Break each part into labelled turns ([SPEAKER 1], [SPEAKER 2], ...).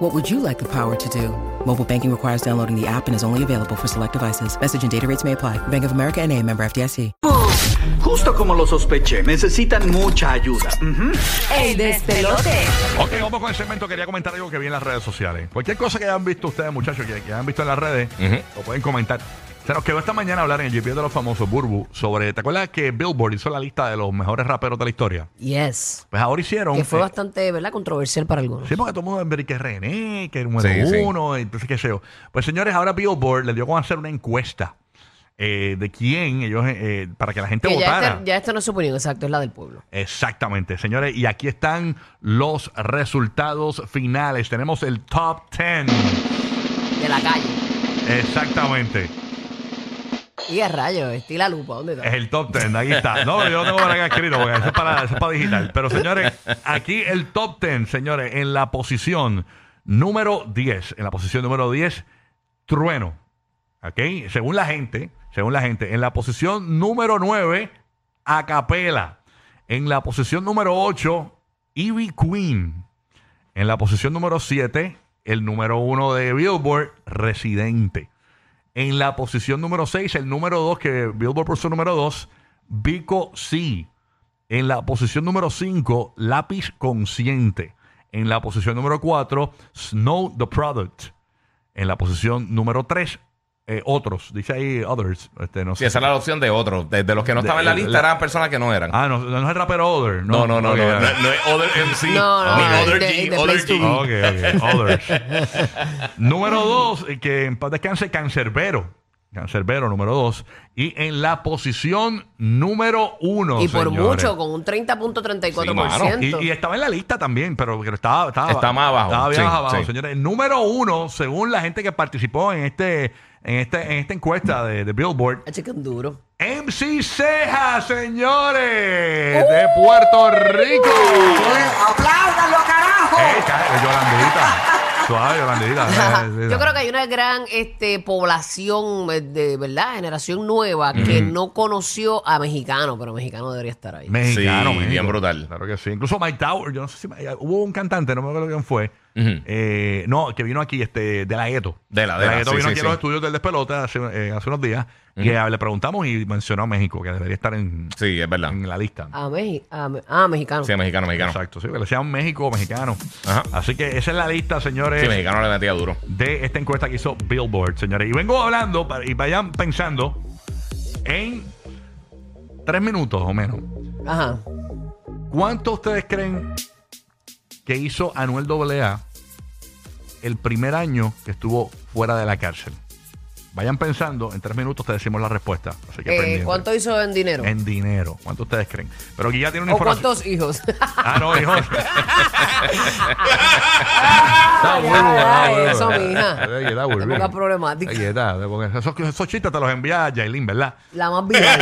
[SPEAKER 1] What would you like the power to do? Mobile banking requires downloading the app and is only available for select devices. Message and data rates may apply. Bank of America and a member FDIC.
[SPEAKER 2] Justo como lo sospeché, necesitan mucha ayuda. Ujú.
[SPEAKER 3] ¡Ey, despelote!
[SPEAKER 4] Ok, vamos con el segmento. Quería comentar algo que vi en las redes sociales. Cualquier cosa que hayan visto ustedes, muchachos, que, que hayan visto en las redes, lo pueden comentar. Se nos quedó esta mañana hablar en el GPS de los famosos, Burbu, sobre. ¿Te acuerdas que Billboard hizo la lista de los mejores raperos de la historia?
[SPEAKER 3] Yes.
[SPEAKER 4] Pues ahora hicieron.
[SPEAKER 3] Que fue
[SPEAKER 4] eh,
[SPEAKER 3] bastante, ¿verdad? Controversial para algunos.
[SPEAKER 4] Sí, porque todo el mundo en que René, que el número
[SPEAKER 5] Sí, sí.
[SPEAKER 4] uno, entonces qué sé yo. Pues señores, ahora Billboard le dio con hacer una encuesta eh, de quién ellos, eh, para que la gente
[SPEAKER 3] Que ya,
[SPEAKER 4] votara.
[SPEAKER 3] esta, ya esta no es su opinión, exacto, es la del pueblo.
[SPEAKER 4] Exactamente, señores. Y aquí están los resultados finales. Tenemos el top 10.
[SPEAKER 3] De la calle.
[SPEAKER 4] Exactamente.
[SPEAKER 3] Y a rayos, estila lupa, ¿dónde
[SPEAKER 4] Es
[SPEAKER 3] está?
[SPEAKER 4] el top 10. Aquí está. No, yo no tengo por acá escrito porque eso es, para, eso es para digital. Pero señores, aquí el top 10, señores, en la posición número 10. En la posición número 10, trueno. ¿Ok? Según la gente, según la gente. En la posición número 9, acapela. En la posición número 8, Ivy Queen. En la posición número 7, el número 1 de Billboard, Residente. En la posición número 6, el número 2, que Billboard por su número 2, Vico C. En la posición número 5, Lápiz Consciente. En la posición número 4, Snow the Product. En la posición número 3, otros. Dice ahí others. Este, no
[SPEAKER 5] Sí,
[SPEAKER 4] sé.
[SPEAKER 5] esa era la opción de otro. De, de los que no
[SPEAKER 4] De-
[SPEAKER 5] estaban en la
[SPEAKER 4] de-
[SPEAKER 5] lista
[SPEAKER 4] la-
[SPEAKER 5] eran personas que no eran.
[SPEAKER 4] Ah, no, no es el rapero other.
[SPEAKER 5] no, no, no,
[SPEAKER 4] Ok,
[SPEAKER 5] no, no,
[SPEAKER 4] ya.
[SPEAKER 5] no Oh, es Other MC.
[SPEAKER 3] No, no,
[SPEAKER 5] ni
[SPEAKER 3] no,
[SPEAKER 5] Other
[SPEAKER 3] de-
[SPEAKER 5] G,
[SPEAKER 3] de
[SPEAKER 5] Other
[SPEAKER 3] Place to
[SPEAKER 5] G.
[SPEAKER 3] Be.
[SPEAKER 4] Ok, ok, others. número dos, eh, que en paz descanse Cancerbero. Cancerbero, número dos. Y en la posición número uno.
[SPEAKER 3] y por
[SPEAKER 4] señores.
[SPEAKER 3] mucho, con un 30.34%.
[SPEAKER 4] Y, y estaba en la lista también, pero, pero estaba, estaba,
[SPEAKER 5] Está más abajo.
[SPEAKER 4] Estaba bien
[SPEAKER 5] Sí,
[SPEAKER 4] abajo,
[SPEAKER 5] sí.
[SPEAKER 4] señores. Número uno, según la gente que participó en este, en este, en esta encuesta de, de Billboard,
[SPEAKER 3] Ah, chica, duro.
[SPEAKER 4] MC Ceja, señores, de Puerto Rico.
[SPEAKER 6] ¡Apláudalo, carajo!
[SPEAKER 4] Eh, cara- Yolandita. Suave, Yolandita. Eh, eh,
[SPEAKER 3] Yo creo que hay una gran este, población eh, de verdad, generación nueva que no conoció a mexicano, pero mexicano debería estar ahí.
[SPEAKER 4] eh, Mexicano,
[SPEAKER 5] Sí,
[SPEAKER 4] México.
[SPEAKER 5] bien brutal.
[SPEAKER 4] Claro que sí. Incluso Mike Tower, yo no sé si eh, hubo un cantante, no me acuerdo quién fue.
[SPEAKER 5] Ujú.
[SPEAKER 4] eh, no, que vino aquí, este, de la Gueto.
[SPEAKER 5] De la- de la,
[SPEAKER 4] Gueto
[SPEAKER 5] sí,
[SPEAKER 4] vino
[SPEAKER 5] sí,
[SPEAKER 4] aquí
[SPEAKER 5] sí.
[SPEAKER 4] a los estudios del Despelota hace, eh, hace unos días. Y eh, le preguntamos y mencionó a México, que debería estar en,
[SPEAKER 5] Sí, es verdad.
[SPEAKER 4] en la lista.
[SPEAKER 3] A Mexi- a Me- ah, mexicano.
[SPEAKER 5] Sí, mexicano, mexicano.
[SPEAKER 4] Exacto, sí, que le sean México o mexicano.
[SPEAKER 5] Ajá.
[SPEAKER 4] Así que esa es la lista, señores.
[SPEAKER 5] Sí, mexicano le metía duro.
[SPEAKER 4] de esta encuesta que hizo Billboard, señores. Y vengo hablando para- y vayan pensando en tres minutos o menos.
[SPEAKER 3] Ajá.
[SPEAKER 4] ¿Cuánto ustedes creen que hizo Anuel AA el primer año que estuvo fuera de la cárcel? Vayan pensando, en tres minutos te decimos la respuesta. Así que
[SPEAKER 3] Eh,
[SPEAKER 4] pendiente.
[SPEAKER 3] ¿Cuánto hizo en dinero?
[SPEAKER 4] En dinero. ¿Cuánto ustedes creen? Pero Guilla tiene una
[SPEAKER 3] ¿O
[SPEAKER 4] información.
[SPEAKER 3] cuántos hijos?
[SPEAKER 4] Ah, no, hijo. Está
[SPEAKER 3] ya, ya,
[SPEAKER 4] bueno,
[SPEAKER 3] eso, mija.
[SPEAKER 4] Está bien, está bueno.
[SPEAKER 3] Te pongas problemática.
[SPEAKER 4] Ahí está, te pongas- Esos, esos chistes te los envía Jailin, ¿verdad?
[SPEAKER 3] La más viral.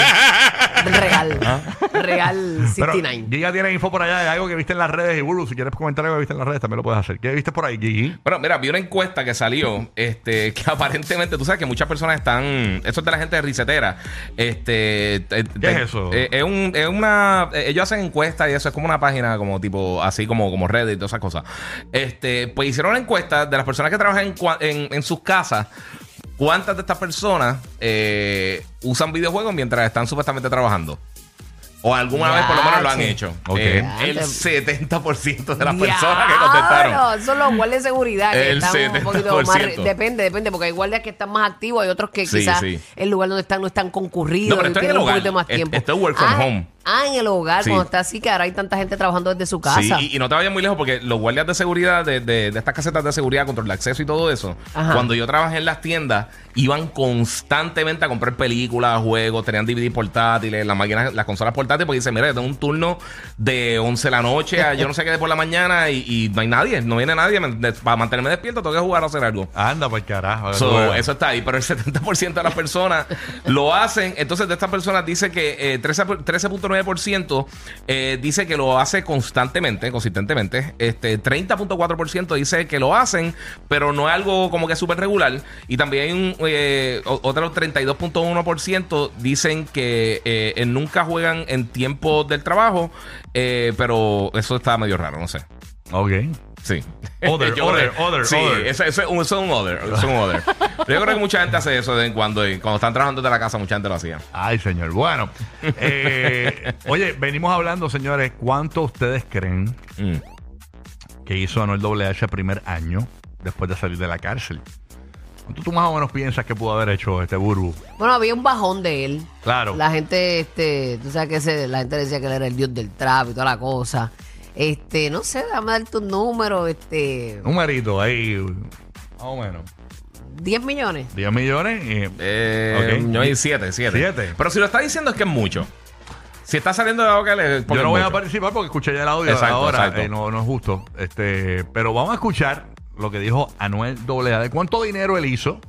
[SPEAKER 3] Real.
[SPEAKER 5] Ah.
[SPEAKER 3] Real 69.
[SPEAKER 4] Pero, Giga tiene info por allá de algo que viste en las redes. Y Buru, si quieres comentar algo que viste en las redes, también lo puedes hacer. ¿Qué viste por ahí, Gigi?
[SPEAKER 5] Bueno, mira, vi una encuesta que salió, este, que aparentemente, tú sabes que muchas personas están, eso es de la gente de Risetera, este, te- te-
[SPEAKER 4] es eso?
[SPEAKER 5] eh, es, un- es una, eh, ellos hacen encuestas y eso es como una página como tipo, así como, como Reddit y todas esas cosas. Este, pues hicieron una encuesta de las personas que trabajan en, cua- en- en sus casas. ¿Cuántas de estas personas eh, usan videojuegos mientras están supuestamente trabajando? O alguna vez por lo menos lo han
[SPEAKER 3] Yache.
[SPEAKER 5] hecho.
[SPEAKER 4] Ok.
[SPEAKER 5] Eh, el
[SPEAKER 3] Yache.
[SPEAKER 5] 70% de las
[SPEAKER 3] Diablo,
[SPEAKER 5] personas que contestaron.
[SPEAKER 3] Son los guardias de seguridad que
[SPEAKER 5] El
[SPEAKER 3] están un poquito más.
[SPEAKER 5] 70%.
[SPEAKER 3] Depende, depende, porque hay guardias que están más activos, hay otros que
[SPEAKER 5] Sí,
[SPEAKER 3] quizás
[SPEAKER 5] sí.
[SPEAKER 3] el lugar donde están no están concurridos
[SPEAKER 5] No, pero
[SPEAKER 3] y
[SPEAKER 5] esto es
[SPEAKER 3] tienen
[SPEAKER 5] en
[SPEAKER 3] un
[SPEAKER 5] el hogar.
[SPEAKER 3] poquito más
[SPEAKER 5] Es-
[SPEAKER 3] tiempo.
[SPEAKER 5] esto es work from
[SPEAKER 3] ah,
[SPEAKER 5] home.
[SPEAKER 3] Ah, en el hogar,
[SPEAKER 5] Sí.
[SPEAKER 3] cuando está así, que ahora hay tanta gente trabajando desde su
[SPEAKER 5] Sí,
[SPEAKER 3] casa.
[SPEAKER 5] y, y no te vayas muy lejos porque los guardias de seguridad de, de- de estas casetas de seguridad, control de acceso y todo eso,
[SPEAKER 3] Ajá.
[SPEAKER 5] cuando yo trabajé en las tiendas, iban constantemente a comprar películas, juegos, tenían DVD portátiles, las máquinas, las consolas portátiles, porque dicen, mira, yo tengo un turno de 11 de la noche a yo no sé qué de por la mañana y, y no hay nadie, no viene nadie, me- de- para mantenerme despierto tengo que jugar o hacer algo.
[SPEAKER 4] Anda, por carajo.
[SPEAKER 5] So,
[SPEAKER 4] Bueno.
[SPEAKER 5] eso está ahí, pero el 70% de las personas lo hacen. Entonces, de estas personas dice que eh, 13 por- 13.9% eh, dice que lo hace constantemente, consistentemente. Este 30.4% dice que lo hacen, pero no es algo como que súper regular. Y también hay un eh, o- otro 32.1% dicen que eh, eh, nunca juegan en tiempo del trabajo, eh, pero eso está medio raro, no sé.
[SPEAKER 4] Ok.
[SPEAKER 5] Sí.
[SPEAKER 4] Other,
[SPEAKER 5] Yo
[SPEAKER 4] other,
[SPEAKER 5] creo-
[SPEAKER 4] other,
[SPEAKER 5] Sí,
[SPEAKER 4] other.
[SPEAKER 5] Eso, eso es un, eso es un other. eso es un other. Yo creo que mucha gente hace eso de vez en cuando. Y cuando están trabajando de la casa, mucha gente lo hacía.
[SPEAKER 4] Ay, señor. Bueno, eh, oye, venimos hablando, señores, ¿cuánto ustedes creen
[SPEAKER 5] Mm.
[SPEAKER 4] que hizo Anuel WH el primer año después de salir de la cárcel? ¿Cuánto tú más o menos piensas que pudo haber hecho este burbu?
[SPEAKER 3] Bueno, había un bajón de él.
[SPEAKER 4] Claro.
[SPEAKER 3] La gente, este, tú sabes que ese- la gente decía que él era el dios del trap y toda la cosa. Este, no sé, dame dar tu número, este,
[SPEAKER 4] Un marito ahí, más o menos.
[SPEAKER 3] 10 millones.
[SPEAKER 4] 10 millones. eh,
[SPEAKER 5] Eh,
[SPEAKER 4] Ok.
[SPEAKER 5] Yo hay siete, siete.
[SPEAKER 4] Siete.
[SPEAKER 5] Pero si lo está diciendo es que es mucho. Si está saliendo de la boca, es porque
[SPEAKER 4] yo no
[SPEAKER 5] es
[SPEAKER 4] voy a
[SPEAKER 5] mucho.
[SPEAKER 4] participar porque escuché ya el audio
[SPEAKER 5] Exacto,
[SPEAKER 4] ahora.
[SPEAKER 5] exacto.
[SPEAKER 4] eh, no, no es justo. Este, pero vamos a escuchar lo que dijo Anuel AA de cuánto dinero él hizo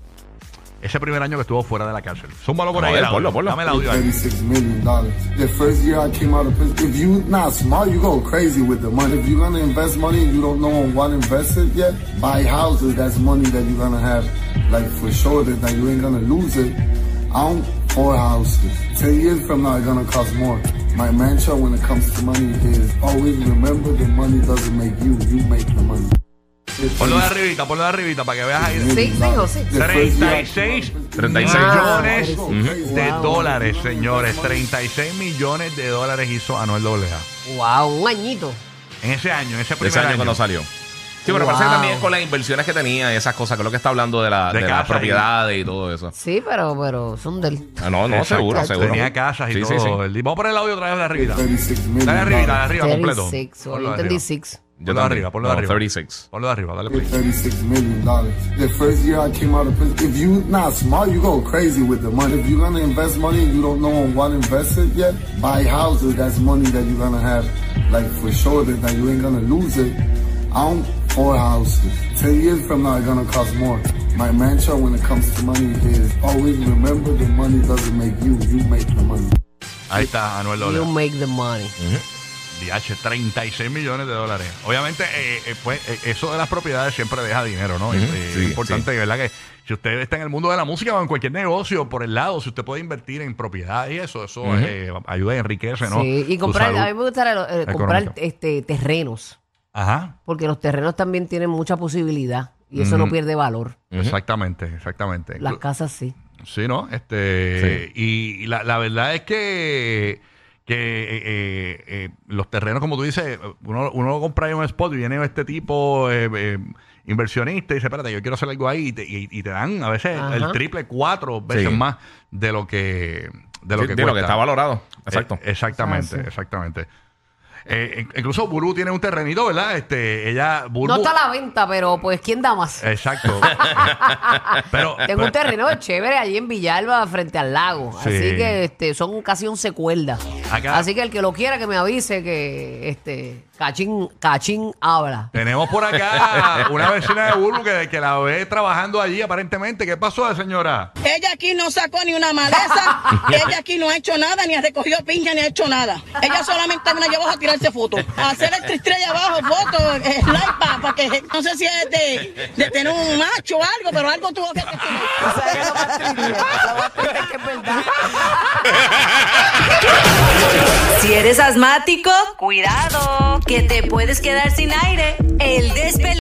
[SPEAKER 4] ese primer año que estuvo fuera de la cárcel. Súmalo por
[SPEAKER 5] A
[SPEAKER 4] ahí.
[SPEAKER 5] ver,
[SPEAKER 4] el audio.
[SPEAKER 5] ponlo, ponlo.
[SPEAKER 4] Dame el audio ahí.
[SPEAKER 7] $36 million. The first year I came out of prison. If you not smart, you go crazy with the money. If you're gonna invest money and you don't know on what invest it yet, buy houses. That's money that you're gonna have like for sure that, that you ain't gonna lose it. I don't four houses. Ten years from now it's gonna cost more. My mantra when it comes to money is always remember the money doesn't make you, you make the money.
[SPEAKER 4] Ponlo de arribita, ponlo de arribita para que veas ahí.
[SPEAKER 3] Sí, dijo, sí.
[SPEAKER 7] The first year I came
[SPEAKER 4] 36
[SPEAKER 7] out of prison,
[SPEAKER 4] millones
[SPEAKER 7] Wow.
[SPEAKER 4] de
[SPEAKER 7] Wow.
[SPEAKER 4] dólares, señores. 36 millones de dólares hizo Anuel Doblea.
[SPEAKER 3] Wow, un añito.
[SPEAKER 4] En ese año, en ese
[SPEAKER 5] De
[SPEAKER 4] primer
[SPEAKER 5] ese año
[SPEAKER 4] año.
[SPEAKER 5] cuando salió. Sí, pero
[SPEAKER 3] Wow.
[SPEAKER 5] parece que también es con las inversiones que tenía y esas cosas, que es lo que está hablando de, la,
[SPEAKER 4] De
[SPEAKER 5] de, las
[SPEAKER 4] casa y-
[SPEAKER 5] propiedades y... todo eso.
[SPEAKER 3] Sí, pero, pero son del.
[SPEAKER 5] Ah, no, no,
[SPEAKER 4] Exacto.
[SPEAKER 5] seguro, seguro.
[SPEAKER 4] Tenía casas y
[SPEAKER 5] Sí, sí,
[SPEAKER 4] todo.
[SPEAKER 5] sí.
[SPEAKER 4] El di- Vamos a poner el audio otra vez de arribita.
[SPEAKER 7] 36 million
[SPEAKER 4] Dale arribita, de arriba completo.
[SPEAKER 3] 36, o
[SPEAKER 4] Ponlo
[SPEAKER 3] yo
[SPEAKER 4] de
[SPEAKER 3] entendí
[SPEAKER 4] arriba.
[SPEAKER 3] 6.
[SPEAKER 5] Yo
[SPEAKER 4] Ponlo de
[SPEAKER 5] también.
[SPEAKER 4] arriba, ponlo de
[SPEAKER 5] No,
[SPEAKER 4] arriba.
[SPEAKER 5] 36.
[SPEAKER 4] Ponlo de arriba, dale pues. play.
[SPEAKER 7] $36 million. The first year I came out of prison, if you not smart, you go crazy with the money. If you're gonna invest money and you don't know on what invest it yet, buy houses. That's money that you're gonna have, like for sure that, that you ain't gonna lose it. I don't four houses. Ten years from now, it's gonna cost more. My mantra when it comes to money is always remember the money doesn't make you, you make the money.
[SPEAKER 4] Ahí está Anuel
[SPEAKER 3] You
[SPEAKER 4] Doblea.
[SPEAKER 3] make the money.
[SPEAKER 4] DH, 36 millones de dólares. Obviamente, eh, eh, pues, eh, eso de las propiedades siempre deja dinero, ¿no? Eh, eh,
[SPEAKER 5] Sí,
[SPEAKER 4] es importante, ¿verdad? Que si usted está en el mundo de la música o en cualquier negocio, por el lado, si usted puede invertir en propiedades y eso, eso eh, ayuda y enriquece, ¿no?
[SPEAKER 3] Sí, y
[SPEAKER 4] Su
[SPEAKER 3] comprar,
[SPEAKER 4] salud.
[SPEAKER 3] a mí me gustaría eh,
[SPEAKER 4] económica.
[SPEAKER 3] comprar este, terrenos,
[SPEAKER 4] Ajá.
[SPEAKER 3] porque los terrenos también tienen mucha posibilidad y eso no pierde valor.
[SPEAKER 4] Exactamente, exactamente.
[SPEAKER 3] Las
[SPEAKER 4] Inclu-
[SPEAKER 3] casas sí.
[SPEAKER 4] Sí, ¿no? Este, Y, y la, la verdad es que, que eh, eh, eh, los terrenos, como tú dices, uno, uno lo compra en un spot y viene este tipo eh, eh, inversionista y dice, espérate, yo quiero hacer algo ahí y te, y- y te dan a veces
[SPEAKER 3] Ajá.
[SPEAKER 4] el triple, cuatro veces
[SPEAKER 5] Sí.
[SPEAKER 4] más de lo que de lo
[SPEAKER 5] Sí,
[SPEAKER 4] que,
[SPEAKER 5] de lo que
[SPEAKER 4] cuesta.
[SPEAKER 5] está valorado. Exacto.
[SPEAKER 4] Eh, exactamente,
[SPEAKER 3] Ah, sí.
[SPEAKER 4] exactamente. Eh, in- incluso Buru tiene un terrenito, ¿verdad? Este, ella, Buru,
[SPEAKER 3] No está a la venta, pero pues, ¿quién da más?
[SPEAKER 4] Eh. Exacto. pero,
[SPEAKER 3] Tengo un
[SPEAKER 4] pero-
[SPEAKER 3] terreno chévere allí en Villalba frente al lago.
[SPEAKER 4] Sí.
[SPEAKER 3] Así que este, son casi 11 cuerdas.
[SPEAKER 4] Acá-
[SPEAKER 3] Así que el que lo quiera que me avise que este cachín, cachín habla.
[SPEAKER 4] Tenemos por acá una vecina de Burbu que, que la ve trabajando allí aparentemente. ¿Qué pasó, señora?
[SPEAKER 8] Ella aquí no sacó ni una maleza, ella aquí no ha hecho nada, ni ha recogido piña, ni ha hecho nada. Ella solamente viene allá abajo a tirarse fotos, a hacer el tristre allá abajo, fotos, eh, like para que no sé si es de, de tener un macho o algo, pero algo tuvo que
[SPEAKER 3] O sea, que lo más triste, lo más triste es que es verdad.
[SPEAKER 9] Si eres asmático, cuidado, que te puedes quedar sin aire. El despelote.